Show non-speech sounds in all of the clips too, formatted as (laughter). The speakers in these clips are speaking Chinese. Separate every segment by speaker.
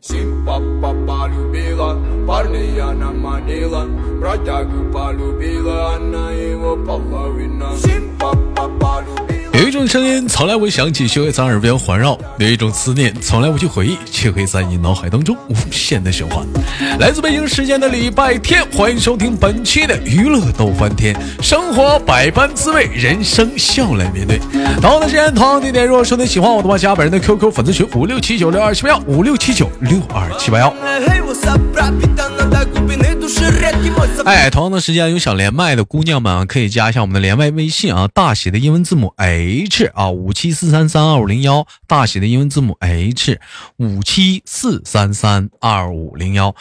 Speaker 1: Симпапа полюбила парня наманила Бродягу полюбила, она его половина Симпапа полюбила
Speaker 2: 有一种声音从来未响起，却会在耳边环绕；有一种思念从来不去回忆，却会在你脑海当中无限的循环。来自北京时间的礼拜天，欢迎收听本期的娱乐逗翻天，生活百般滋味，人生笑来面对。同样的时间，同样地点，如果说你喜欢我的话，加本人的 QQ 粉丝群五六七九六二七八幺五六七九六二七八幺。
Speaker 1: Эй, пропитана до глубины души редкий мой
Speaker 2: 哎，同样的时间，有想连麦的姑娘们啊，可以加一下我们的连麦微信啊，大写的英文字母 H 啊，五七四三三二五零幺，大写的英文字母 H 五七四三三二五零幺。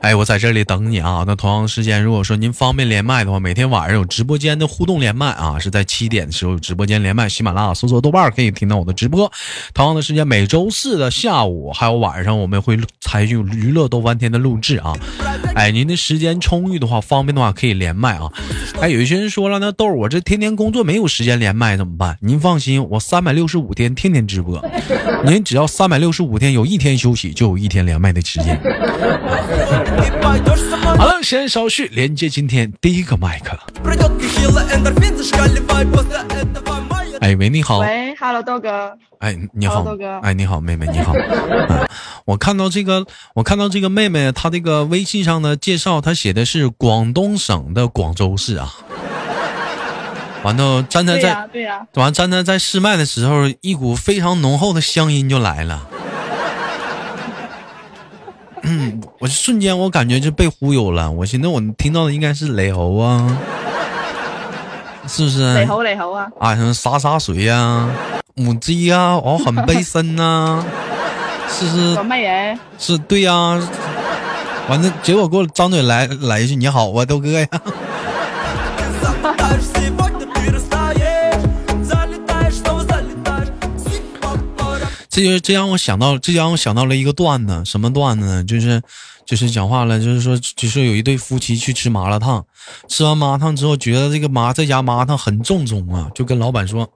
Speaker 2: 哎，我在这里等你啊。那同样的时间，如果说您方便连麦的话，每天晚上有直播间的互动连麦啊，是在七点的时候有直播间连麦，喜马拉雅搜索豆瓣儿可以听到我的直播。同样的时间，每周四的下午还有晚上，我们会录采用娱乐逗翻天的录制啊。哎，您的时间充裕的话，方便的话可以连麦啊。哎，有一些人说了，那豆儿，我这天天工作没有时间连麦怎么办？您放心，我三百六十五天天天直播，您只要三百六十五天有一天休息，就有一天连麦的时间。
Speaker 1: Ты пойдешь со мной
Speaker 2: 好了，闲言少叙，连接今天第一个麦克。
Speaker 1: Пройдет нехило эндорфин, зашкаливай после этого моя
Speaker 2: 哎喂，你好，
Speaker 3: 喂，Hello，豆哥，
Speaker 2: 哎你好
Speaker 3: 哦 Hello，豆哥，
Speaker 2: 哎你好，妹妹你
Speaker 3: (laughs)
Speaker 2: 好。啊我看到这个，我看到这个妹妹她这个微信上的介绍，她写的是广东省的广州市啊。完了，站在
Speaker 3: 对
Speaker 2: 在、
Speaker 3: 呀、对呀、
Speaker 2: 完，站在在试麦的时候，一股非常浓厚的乡音就来了。嗯，我瞬间我感觉就被忽悠了。我寻思我听到的应该是雷猴啊，是不是？
Speaker 3: 你好你好啊，
Speaker 2: 啊，什么洒洒水呀、母鸡呀、我很悲深呐、 (laughs) 是不是
Speaker 3: 做乜嘢？
Speaker 2: 是对呀、完了，结果给我张嘴来来一句“你好啊，豆哥呀
Speaker 1: Залетаешь сегодня, перестаешь Залетаешь, снова залетаешь Симпапа ”，
Speaker 2: 这就这让我想到，这让我想到了一个段子，什么段子呢？就是，就是讲话了，就是说，就是有一对夫妻去吃麻辣烫，吃完麻辣烫之后，觉得这个麻这家麻辣烫很正宗啊，就跟老板说：“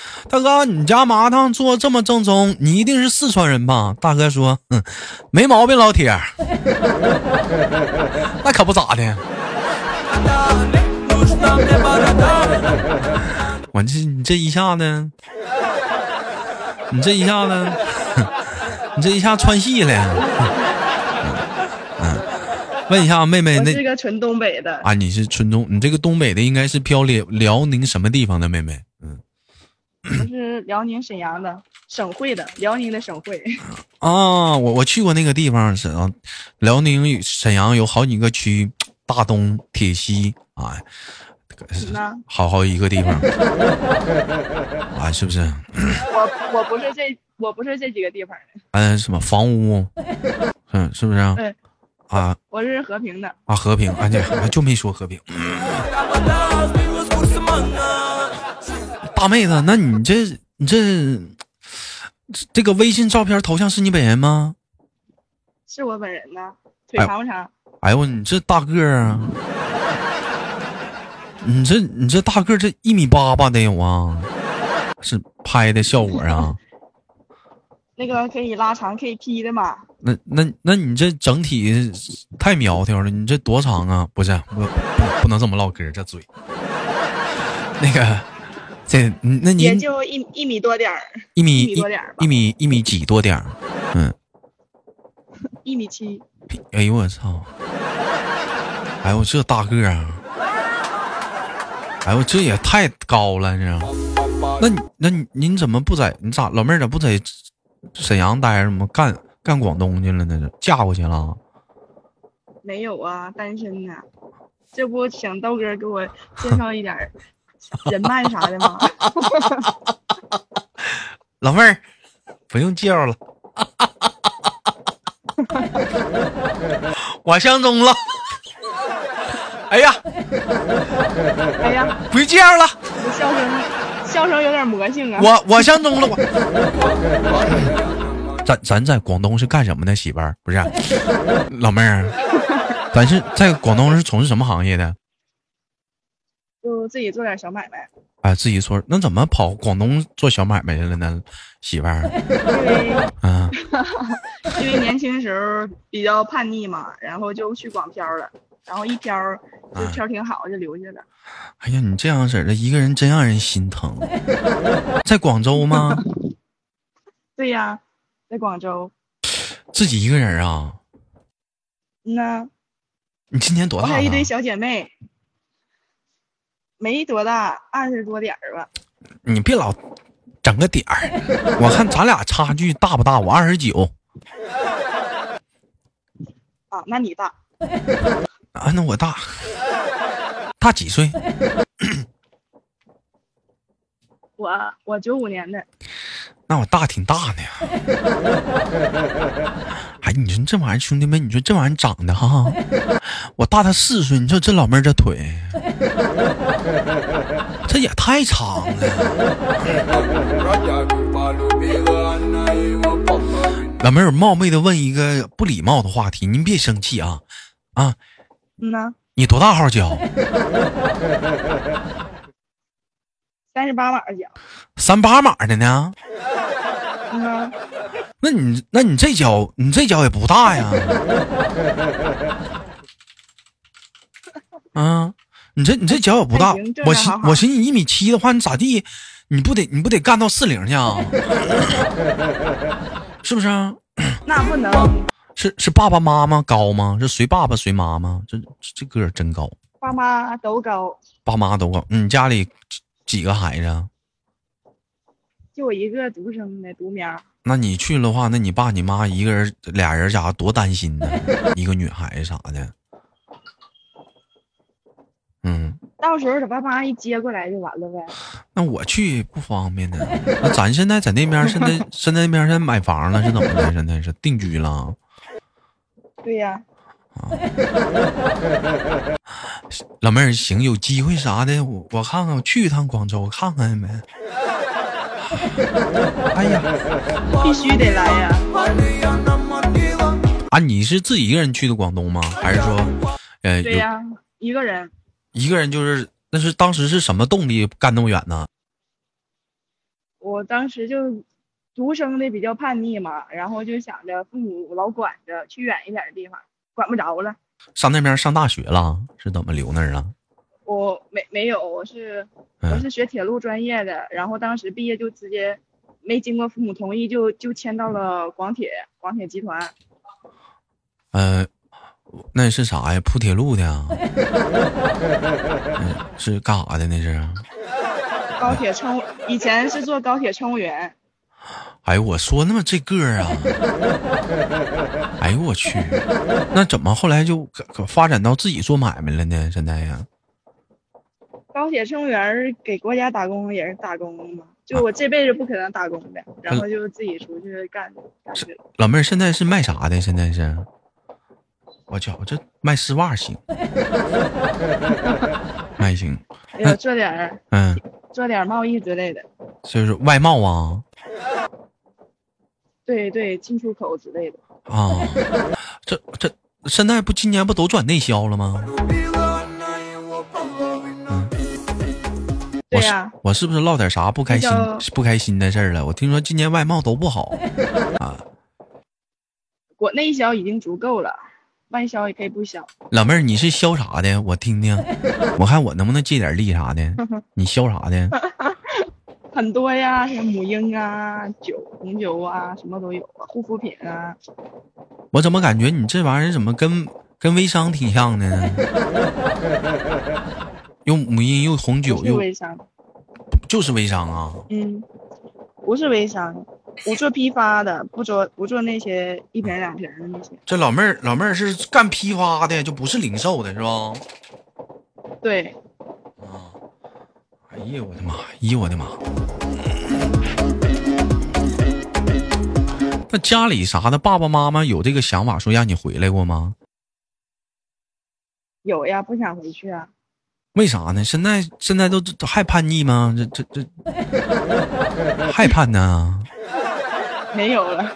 Speaker 2: (clears throat) 大哥，你家麻辣烫做这么正宗，你一定是四川人吧？”大哥说：“嗯，没毛病，老铁儿， (laughs) 那可不咋的。”
Speaker 1: Даме, нужна мне борода
Speaker 2: 我这你这一下呢，你这一下呢，你这一下串戏了。 (laughs) 嗯，问一下妹妹，
Speaker 3: 我
Speaker 2: 哎那
Speaker 3: 是个纯东北的，
Speaker 2: 啊，你是村中，你这个东北的应该是飘辽辽宁什么地方的妹妹？嗯
Speaker 3: 我是辽宁沈阳的，省会的，辽宁的省会。
Speaker 2: (laughs) 啊，我我去过那个地方是啊，辽宁沈阳有好几个区，大东、铁西啊，
Speaker 3: 那
Speaker 2: 好好一个地方 (laughs) 啊，是不是？
Speaker 3: 我我不是这我不是这几个地方的，
Speaker 2: 嗯、什么房屋， (laughs) 嗯，是不是啊？
Speaker 3: 对，
Speaker 2: 啊
Speaker 3: 我是和平的。
Speaker 2: 啊，和平，啊，这我就没说和平。
Speaker 1: Вода сбила с курса мана
Speaker 2: 大妹子，那你这你这这这个微信照片头像是你本人吗？
Speaker 3: 是我本人呢，腿长不长？
Speaker 2: 哎呦，你这大个儿啊！你这你这大个儿，这一米八吧得有啊？是拍的效果啊？
Speaker 3: 那个可以拉长，可以 P 的嘛？
Speaker 2: 那那那你这整体太苗条了，你这多长啊？不是，我不不能这么唠嗑，这嘴。那个，这那
Speaker 3: 也
Speaker 2: 您
Speaker 3: 就一一米多点儿，
Speaker 2: 一米
Speaker 3: 一米多点儿吧
Speaker 2: 一米一米几多点儿？嗯。
Speaker 3: 一米七。
Speaker 2: 哎呦我操！哎呦这大个儿啊！哎呦这也太高了这。那你那你您怎么不在？你咋老妹儿咋不在沈阳待着吗？干干广东去了那是嫁过去了？啊
Speaker 3: 没有啊，单身呢。这不请豆哥给我介绍一
Speaker 2: (laughs)
Speaker 3: 点儿人脉啥的吗？
Speaker 2: 老妹儿不用介绍了， (laughs) 我相中了。 (laughs) 哎呀，
Speaker 3: 哎呀。
Speaker 2: 不用介绍了，
Speaker 3: 笑声，笑声有点魔性啊！
Speaker 2: (laughs) 我我相中了我。 (laughs) 咱咱在广东是干什么的？媳妇儿不是，啊老妹儿，啊咱是在广东是从事什么行业的？
Speaker 3: 就自己做点小买卖，
Speaker 2: 啊，自己说，那怎么跑广东做小买卖去了呢？媳妇儿，
Speaker 3: 因为
Speaker 2: 啊，
Speaker 3: 因为年轻时候比较叛逆嘛，然后就去广漂了，然后一漂就漂挺好，就留下了。
Speaker 2: 哎呀，你这样式儿的一个人真让人心疼。在广州吗？
Speaker 3: 对呀，在广州。
Speaker 2: 自己一个人啊？
Speaker 3: 嗯呐，
Speaker 2: 你今年多
Speaker 3: 我
Speaker 2: 大
Speaker 3: 还有一
Speaker 2: 了？
Speaker 3: 堆小姐妹，没多大，二十多点儿吧。
Speaker 2: 你别老整个点儿，我看咱俩差距大不大？我二十九
Speaker 3: 啊，那你大，
Speaker 2: 啊，那我大，大几岁？
Speaker 3: 我我九五年的，
Speaker 2: 那我大挺大的呀。 (laughs) 哎，你说这玩意儿，兄弟们，你说这玩意儿长得哈，我大他四岁，你说这老妹儿这腿， (laughs) 这也太长了。老妹儿冒昧的问一个不礼貌的话题，您别生气啊啊！
Speaker 3: 嗯呐，
Speaker 2: 你多大号脚？
Speaker 3: 三十八码儿脚，
Speaker 2: 三八码的呢？
Speaker 3: 嗯呐，
Speaker 2: 那你那你这脚你这脚也不大呀？啊，你这你这脚也不大
Speaker 3: 还行，正
Speaker 2: 我
Speaker 3: 正
Speaker 2: 寻
Speaker 3: 好好
Speaker 2: 我寻思你一米七的话，你咋地？你不得你不得干到四零去啊？ (laughs) 是不是啊？
Speaker 3: 那不能，
Speaker 2: 是是爸爸妈妈高吗？是随爸爸随妈妈？这这这个儿真高，
Speaker 3: 爸妈都高，
Speaker 2: 爸妈都高。你家里几几个孩子啊？
Speaker 3: 就我一个独生的独苗儿，
Speaker 2: 那你去的话，那你爸你妈一个人俩人家多担心呢，一个女孩子啥的。嗯，
Speaker 3: 到时候他爸妈一接过来就完了呗。
Speaker 2: 那我去不方便呢。那咱现在在那边，现在现在那边现在买房了，是怎么的？现在是定居了。
Speaker 3: 对呀、
Speaker 2: 老妹儿，行，有机会啥的，我我看看，我去一趟广州看看呗。 (laughs) 哎呀，
Speaker 3: 必须得来呀、
Speaker 2: 啊，你是自己一个人去的广东吗？还是说，呃，
Speaker 3: 对
Speaker 2: 有
Speaker 3: 呀、一个人，
Speaker 2: 一个人就是？那是当时是什么动力干那么远呢？
Speaker 3: 我当时就独生的比较叛逆嘛，然后就想着父母老管着，去远一点的地方，管不着了。
Speaker 2: 上那边上大学了，是怎么留那儿啊了？
Speaker 3: 我没没有，我是我
Speaker 2: 嗯，
Speaker 3: 是学铁路专业的，然后当时毕业就直接没经过父母同意就就签到了广铁广铁集团。
Speaker 2: 呃，那是啥呀？铺铁路的啊呀？ (laughs) 嗯是干啥的？那是？
Speaker 3: 高铁乘务以前是做高铁乘务员，
Speaker 2: 哎呦，我说那么这个儿啊！ (laughs) 哎呦我去，那怎么后来就可可发展到自己做买卖了呢？现在呀，
Speaker 3: 高铁乘务员儿给国家打工也是打工嘛，就我这辈子不可能打工的，然后就自己出去干干去了。
Speaker 2: 老妹儿现在是卖啥的？现在是？我觉我这卖丝袜行， (laughs) 卖行，
Speaker 3: 哎呀，做点儿
Speaker 2: 嗯，
Speaker 3: 做点儿贸易之类的，
Speaker 2: 就是外贸啊。
Speaker 3: 对对，进出口之类的。
Speaker 2: 啊，这这现在不今年不都转内销了吗？
Speaker 3: 对呀、
Speaker 2: 我是不是落点啥不开心
Speaker 3: 那叫
Speaker 2: 不开心的事儿了？我听说今年外贸都不好啊。
Speaker 3: 我内销已经足够了，外销也可以不销。
Speaker 2: 老妹儿，你是销啥的？我听听，我看我能不能借点力啥
Speaker 3: (laughs)
Speaker 2: 的。你销啥的？
Speaker 3: 很多呀，什么母婴啊、酒、红酒啊，什么都有啊，护肤品啊，
Speaker 2: 我怎么感觉你这玩意儿怎么跟跟微商挺像的呢？又母婴又红
Speaker 3: 不
Speaker 2: 酒
Speaker 3: 是
Speaker 2: 又
Speaker 3: 微商，
Speaker 2: 就是微商啊。
Speaker 3: 嗯，不是微商，不做批发的，不做不做那些一瓶两瓶的那些，
Speaker 2: 这老妹儿老妹儿是干批发的，就不是零售的是吧？
Speaker 3: 对，
Speaker 2: 啊！哎呀，我的妈！哎呀，我的妈！那家里啥的，爸爸妈妈有这个想法，说让你回来过吗？
Speaker 3: 有呀，不想回去啊，
Speaker 2: 为啥呢？现在现在都都还叛逆吗？这这这还叛呢？
Speaker 3: (laughs) 没有了，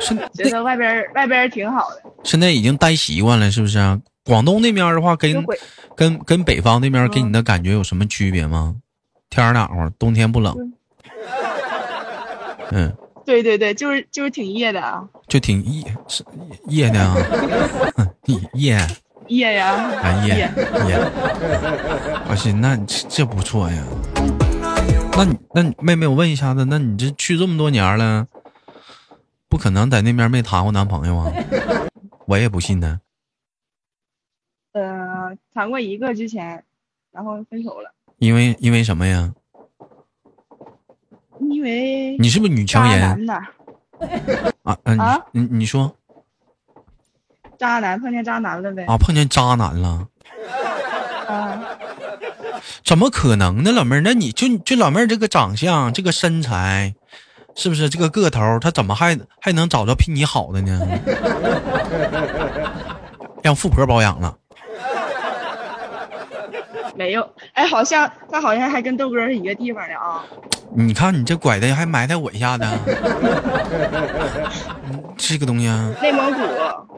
Speaker 2: 现
Speaker 3: 觉
Speaker 2: 那
Speaker 3: 得外边儿外边儿挺好的，
Speaker 2: 现在已经待习惯了，是不是啊？广东那边儿的话，
Speaker 3: 就
Speaker 2: 跟
Speaker 3: 回
Speaker 2: 跟跟北方那边儿给你
Speaker 3: 嗯
Speaker 2: 的感觉有什么啊区别吗？天儿暖和，冬天不冷。嗯，
Speaker 3: 对对对，就是就是挺夜的啊，
Speaker 2: 就挺夜是夜的啊， (laughs) 夜
Speaker 3: 夜呀，
Speaker 2: 啊夜夜。我寻思那你这这不错呀。那你那你妹妹，我问一下子，那你这去这么多年了，不可能在那边没谈过男朋友啊？我也不信呢。
Speaker 3: 呃，谈过一个之前，然后分手了，
Speaker 2: 因为因为什么呀？
Speaker 3: 因为
Speaker 2: 你是不是女
Speaker 3: 渣
Speaker 2: 强人
Speaker 3: 男呐，
Speaker 2: 啊？嗯、
Speaker 3: 啊
Speaker 2: 你你你说
Speaker 3: 渣男碰见渣男了呗，
Speaker 2: 啊，碰见渣男了？
Speaker 3: 啊，
Speaker 2: 怎么可能呢，老妹儿？那你就就老妹儿这个长相，这个身材，是不是这个个头儿，她怎么还还能找着比你好的呢？ (laughs) 让富婆包养了，
Speaker 3: 没有，哎，好像他好像还跟豆哥是一个地方的啊，
Speaker 2: 你看你这拐的还埋汰我一下子，嗯这个东西啊，
Speaker 3: 内蒙古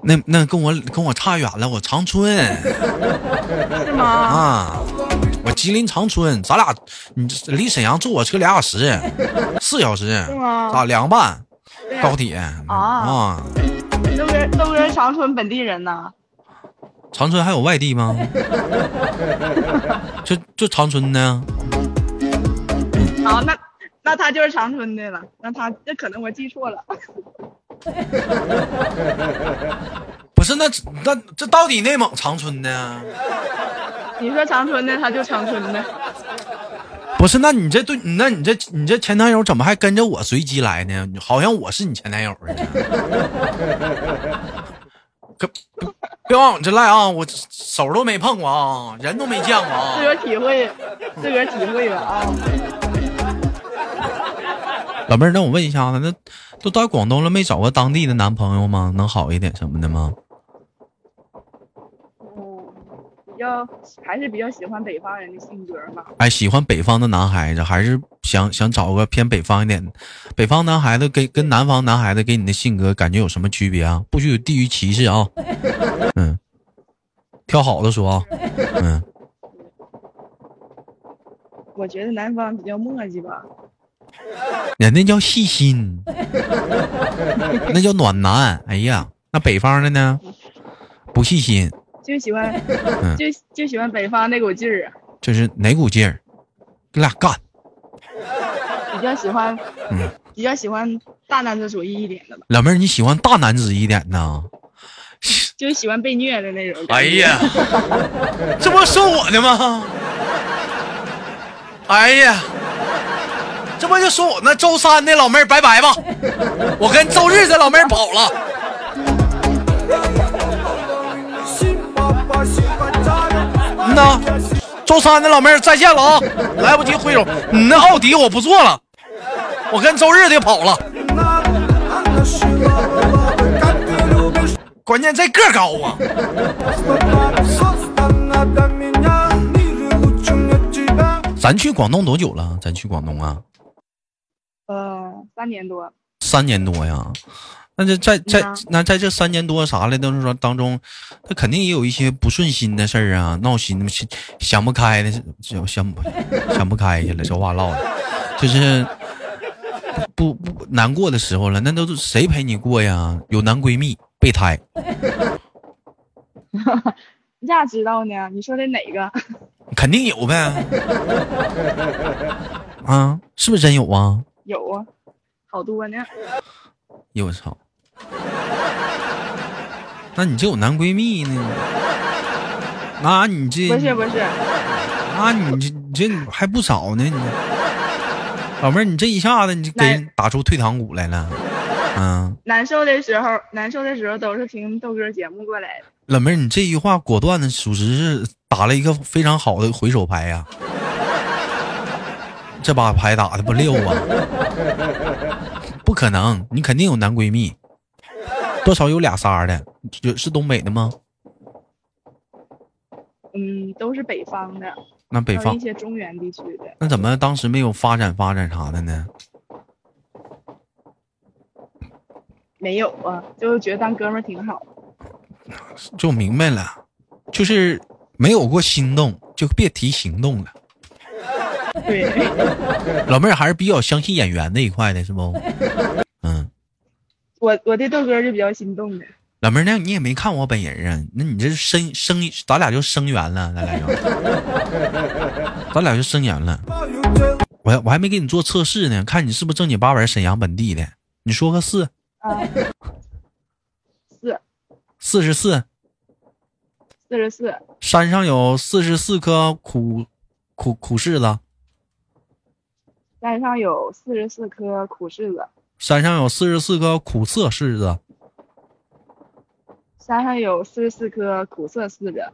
Speaker 2: 那那跟我跟我差远了，我长春
Speaker 3: 是吗？
Speaker 2: 啊，我吉林长春，咱俩你这离沈阳坐我车俩小时，四小时
Speaker 3: 是，吗
Speaker 2: 咋两个半
Speaker 3: 对呀
Speaker 2: 高铁啊
Speaker 3: 豆哥豆哥是长春本地人呐，
Speaker 2: 长春还有外地吗？ (laughs) 就就长春呢？
Speaker 3: 啊，那那他就是长春的了，那他那可能我记错了， (laughs)
Speaker 2: 不是，那那这到底内蒙长春呢？
Speaker 3: 你说长春的他就长春的。
Speaker 2: 不是，那你这对，那你这你这前男友怎么还跟着我随机来呢？好像我是你前男友似的。 (laughs) 可不别往我这赖啊！我手都没碰过啊，人都没见过啊
Speaker 3: 自。个儿体会，自个儿体会吧啊！
Speaker 2: 老妹儿，那我问一下子，啊那都到广东了，没找过当地的男朋友吗？能好一点什么的吗？
Speaker 3: 嗯，比较还是比较喜欢北方人的性格嘛。
Speaker 2: 哎，喜欢北方的男孩子，还是想想找个偏北方一点的？北方男孩子跟跟南方男孩子给你的性格感觉有什么区别啊？不许有地域歧视啊！嗯，挑好的说啊。嗯，
Speaker 3: 我觉得南方比较磨叽吧，
Speaker 2: 人那叫细心，那叫暖男。哎呀，那北方的呢？不细心，
Speaker 3: 就喜欢
Speaker 2: 嗯
Speaker 3: (laughs) 就就喜欢北方那股劲儿，啊
Speaker 2: 就是哪股劲儿？跟俩干。
Speaker 3: 比较喜欢
Speaker 2: 嗯，
Speaker 3: 比较喜欢大男子主义一点的吧，
Speaker 2: 老妹儿，你喜欢大男子一点呢？
Speaker 3: 就是喜欢被虐的那种。
Speaker 2: 哎，呀，这不说我呢吗？哎呀，这不就说我那周三的老妹儿拜拜吧，我跟周日的老妹儿跑了。嗯呐，周三的老妹儿再见了啊，来不及挥手。你那奥迪我不坐了，我跟周日的跑了。关键这个儿高啊。咱去广东多久了？咱去广东啊，
Speaker 3: 呃，三年多，
Speaker 2: 三年多呀。那这在在
Speaker 3: 嗯啊
Speaker 2: 那在这三年多啥的都是说当中，他肯定也有一些不顺心的事儿啊，闹心的想想不开的，想想不想不开去了，这话唠的，就是不不难过的时候了，那都是谁陪你过呀？有男闺蜜、备胎，
Speaker 3: 你咋知道呢？你说的哪个？ (laughs)
Speaker 2: 肯定有呗。啊，是不是真有啊？
Speaker 3: 有啊，好多呢。
Speaker 2: 嗯哎呦我操！ (laughs) 那你这有男闺蜜呢？那你这
Speaker 3: 不是不是，
Speaker 2: 那你这你这还不少呢？你老妹儿，你这一下子你就给人打出退堂鼓来了。
Speaker 3: (laughs)
Speaker 2: 嗯，
Speaker 3: 难受的时候难受的时候都是听豆哥节目过来的。
Speaker 2: 老妹儿，你这一句话果断的，属实是打了一个非常好的回手牌呀、 (laughs) 这把牌打的不溜啊！不可能，你肯定有男闺蜜，多少有俩仨儿的，有是东北的吗？
Speaker 3: 嗯，都是北方的，
Speaker 2: 那北
Speaker 3: 还有
Speaker 2: 方
Speaker 3: 一些中原地区的，
Speaker 2: 那怎么当时没有发展发展啥的呢？
Speaker 3: 没有啊，就觉得当哥们儿挺好。
Speaker 2: 就明白了，就是没有过心动，就别提行动了。
Speaker 3: 对，
Speaker 2: 老妹儿还是比较相信眼缘那一块的，是不？嗯、 (laughs)
Speaker 3: 我我对豆哥就比较心动的，
Speaker 2: 老妹儿，那你也没看我本人啊？那你这生生，咱俩就生缘了，咱俩就，咱俩就生缘了。我还我还没给你做测试呢，看你是不是正经八百沈阳本地的。你说个四
Speaker 3: 啊，四
Speaker 2: 四十四，
Speaker 3: 四十四，
Speaker 2: 山上有四十四颗苦苦苦柿子，
Speaker 3: 山上有四十四颗苦柿子，
Speaker 2: 山上有四十四颗苦涩柿子。
Speaker 3: 山上有四十四颗苦涩柿子，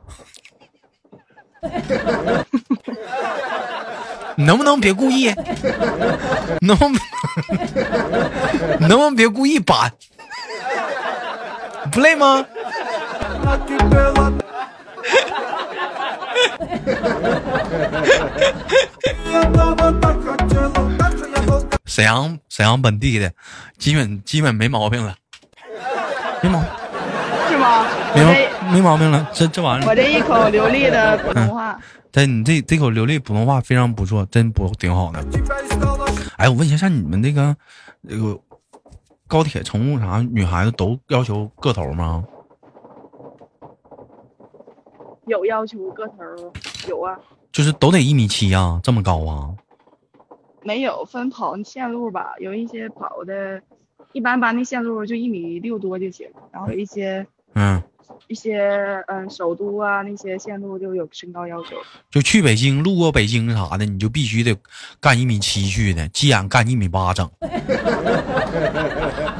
Speaker 2: 你能不能别故意？ (laughs) 能不能 (laughs) 能不能别故意板？不累吗？沈阳沈阳本地的，基本基本没毛病了，没毛
Speaker 3: 是吗？我
Speaker 2: 没
Speaker 3: 这
Speaker 2: 毛没毛病了，这这玩意儿
Speaker 3: 我。这一口流利的普通话，
Speaker 2: 但你这这口流利普通话非常不错，真不挺好的。哎，我问一下，像你们这个这个高铁乘务啥，女孩子都要求个头吗？
Speaker 3: 有要求个头儿有啊，
Speaker 2: 就是都得一米七啊，这么高啊？
Speaker 3: 没有分跑线路吧，有一些跑的，一般般的线路就一米六多就行，然后有一些
Speaker 2: 嗯，
Speaker 3: 一些嗯首都啊那些线路就有身高要求，
Speaker 2: 就去北京，路过北京啥的，你就必须得干一米七去的，急眼干一米八
Speaker 3: (laughs)
Speaker 2: 整，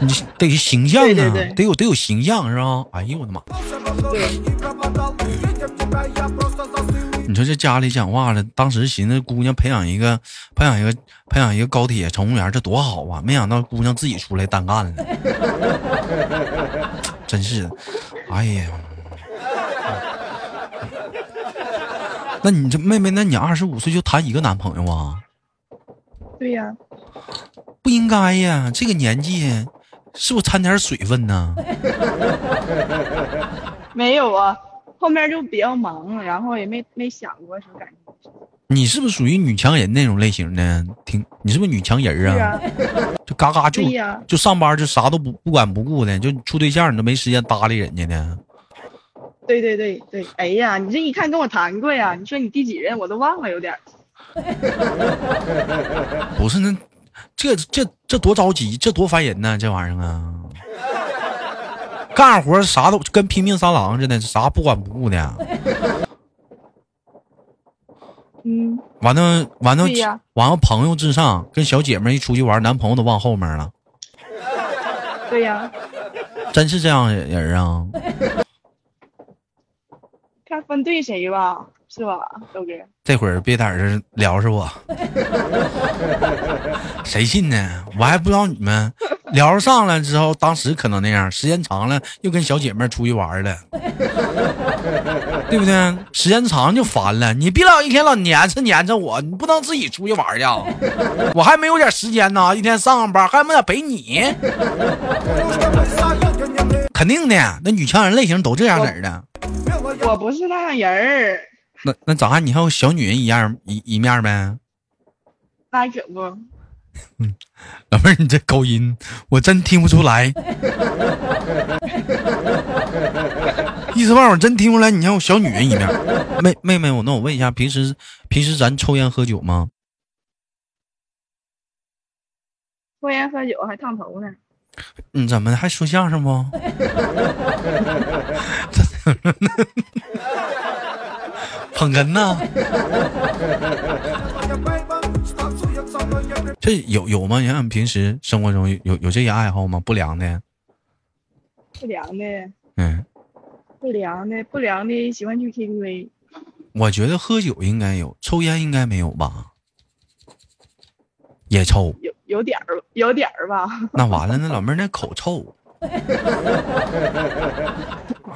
Speaker 2: 你得形象啊，
Speaker 3: 对对对
Speaker 2: 得有得有形象是吧？哎呦我的妈！你说这家里讲话了，当时寻思姑娘培养一个培养一个培养一个高铁乘务员，这多好啊！没想到姑娘自己出来单干
Speaker 3: (laughs)
Speaker 2: 了，真是的，哎呀！那你这妹妹，那你二十五岁就谈一个男朋友啊？
Speaker 3: 对呀、
Speaker 2: 不应该呀，这个年纪是不是掺点水分呢？
Speaker 3: 没有啊，后面就比较忙，然后也没没想过什么感情。
Speaker 2: 你是不是属于女强人那种类型的？挺，你是不是女强人
Speaker 3: 是
Speaker 2: 啊？
Speaker 3: 啊，
Speaker 2: 就嘎嘎就、
Speaker 3: 对呀
Speaker 2: 就上班就啥都不不管不顾的，就处对象你都没时间搭理人家呢。
Speaker 3: 对对对对，哎呀，你这一看跟我谈过呀？你说你第几任我都忘了，有点儿。
Speaker 2: 不是那这这这多着急，这多烦人呢、这玩意儿
Speaker 3: (laughs)
Speaker 2: 啊！干活啥都跟拼命三郎似的，啥不管不顾的。
Speaker 3: 嗯，
Speaker 2: 完了完了
Speaker 3: 对呀，
Speaker 2: 完了朋友至上，跟小姐妹一出去玩，男朋友都忘后面了，
Speaker 3: 对呀，
Speaker 2: 真是这样的人啊！
Speaker 3: 看分对谁吧，是吧，豆哥？
Speaker 2: 这会儿别在这聊是我，谁信呢？我还不知道你们聊上了之后，当时可能那样，时间长了又跟小姐妹出去玩了，对不对？时间长就烦了，你别老一天老粘着粘着我，你不能自己出去玩呀？我还没有点时间呢，一天上上班还没得陪你，肯定的。那女强人类型都这样式儿的。
Speaker 3: 我不是那样人儿，
Speaker 2: 那那咋？你还有小女人一样一一面呗？
Speaker 3: 那可不。
Speaker 2: 老妹儿，你这高音我真听不出来，一时半会儿真听不出来。你像我小女人一面，妹妹妹，我那我问一下，平时平时咱抽烟喝酒吗？
Speaker 3: 抽烟喝酒还烫头呢，
Speaker 2: 嗯，怎么还说相声不？ (laughs) 捧哏呢？这有有吗？你看平时生活中有有有这些爱好吗？不良的，
Speaker 3: 不良的，
Speaker 2: 嗯。
Speaker 3: 不良的，不良的喜欢去 KTV，
Speaker 2: 我觉得喝酒应该有，抽烟应该没有吧？也抽，
Speaker 3: 有有点儿，有点儿吧。
Speaker 2: (laughs) 那完了，那老妹儿那口臭。啊，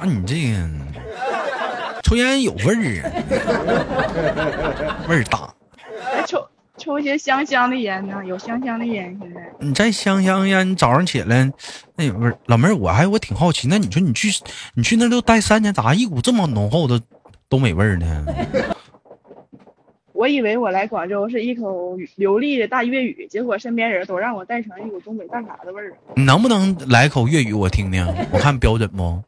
Speaker 2: 你这个抽烟有味儿啊，味儿大。
Speaker 3: 还哎抽抽一些香香的烟呢，有香香的烟现在。
Speaker 2: 你再香香呀，你早上起来那有味儿。老妹儿，我还我挺好奇，那你说你去你去那都待三年，咋一股这么浓厚的东北味儿呢？
Speaker 3: 我我以为我来广州是一口流利的大粤语，结果身边人都让我带成一股东北大碴子味儿了。
Speaker 2: 你能不能来口粤语我听听？我看标准不？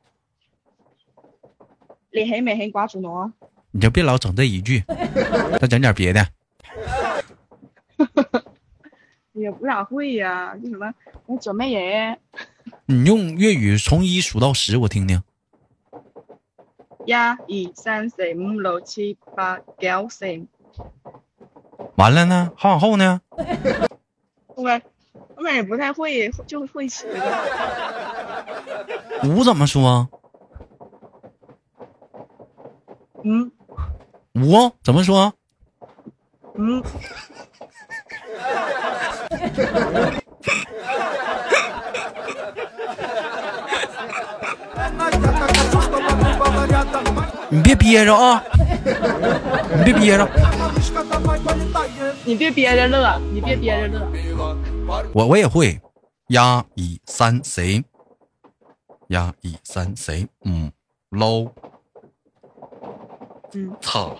Speaker 3: 你黑没黑瓜子农？
Speaker 2: 你就别老整这一句，再整点别的。
Speaker 3: 也不咋会呀、就什么我准备人
Speaker 2: 你用粤语从一数到十，我听听。
Speaker 3: 一、二、三、四、五、六、七、八、九、十。
Speaker 2: 完了呢，还往后呢？
Speaker 3: 后面后面也不太会，就会十个。
Speaker 2: 五怎么说？
Speaker 3: 嗯
Speaker 2: 五怎么说？
Speaker 3: 嗯，
Speaker 2: (laughs) 你别憋着啊！你别憋着，
Speaker 3: 你别憋着乐，你别憋着乐。
Speaker 2: 我我也会。呀一三谁？呀一三谁？嗯，喽
Speaker 3: 嗯，
Speaker 2: 操，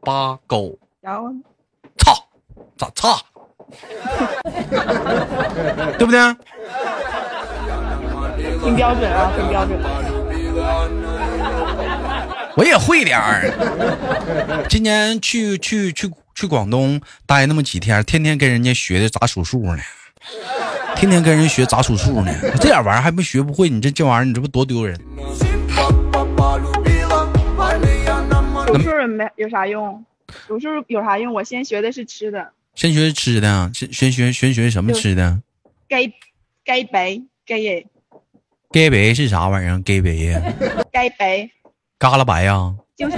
Speaker 2: 八狗
Speaker 3: 然后
Speaker 2: 操，咋操？ (laughs) 对不对？啊
Speaker 3: 挺标准啊，挺标准。
Speaker 2: 我也会点儿。今年去去去去广东待那么几天，天天跟人家学的咋数数呢，天天跟人学咋数数呢。这点玩意儿还没学不会，你这这玩意儿你这不多丢人？
Speaker 3: 数数没有啥用，数数有啥用？我先学的是吃的，
Speaker 2: 先学吃的，先先学先学什么吃的？
Speaker 3: 鸡鸡白鸡
Speaker 2: 盖白是啥玩意儿？盖白呀，
Speaker 3: 鸡白
Speaker 2: 嘎啦白呀，
Speaker 3: 就是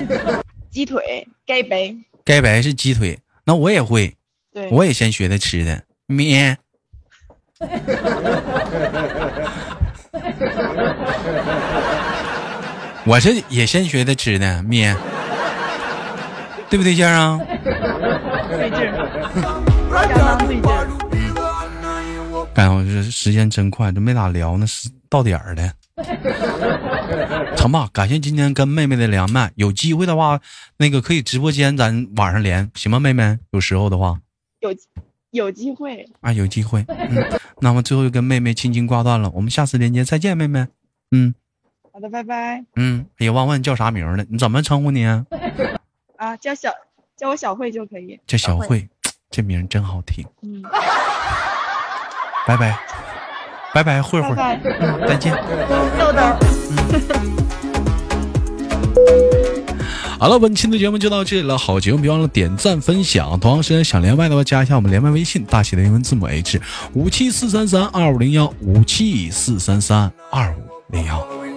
Speaker 3: 鸡腿，鸡白
Speaker 2: 盖白是鸡腿。那我也会，
Speaker 3: 对，
Speaker 2: 我也先学的吃的面。 (laughs) 我是也先学的吃的面，对不对，先生？
Speaker 3: 对劲儿，相当对劲儿。
Speaker 2: 哎呀，我这时间真快，这没咋聊呢，是到点儿了。成吧，感谢今天跟妹妹的连麦，有机会的话，那个可以直播间咱晚上连，行吗？妹妹，有时候的话。
Speaker 3: 有有机会，
Speaker 2: 啊，有机会。嗯，那么最后就跟妹妹轻轻挂断了，我们下次连接再见，妹妹。嗯
Speaker 3: 好的，拜拜
Speaker 2: 嗯，哎呀，忘问叫啥名儿了，你怎么称呼你啊？
Speaker 3: 啊，叫小叫我小慧就可以，
Speaker 2: 叫小慧，这名儿真好听。
Speaker 3: 嗯，
Speaker 2: 拜拜，拜拜，慧慧
Speaker 3: 拜，拜，
Speaker 2: 嗯，再见。
Speaker 3: 豆豆。
Speaker 2: 好了，本期的节目就到这里了。好节目，别忘了点赞分享。同样时间想连麦的话，加一下我们连麦微信，大写的英文字母 H 五七四三三二五零幺五七四三三二五零幺。
Speaker 1: We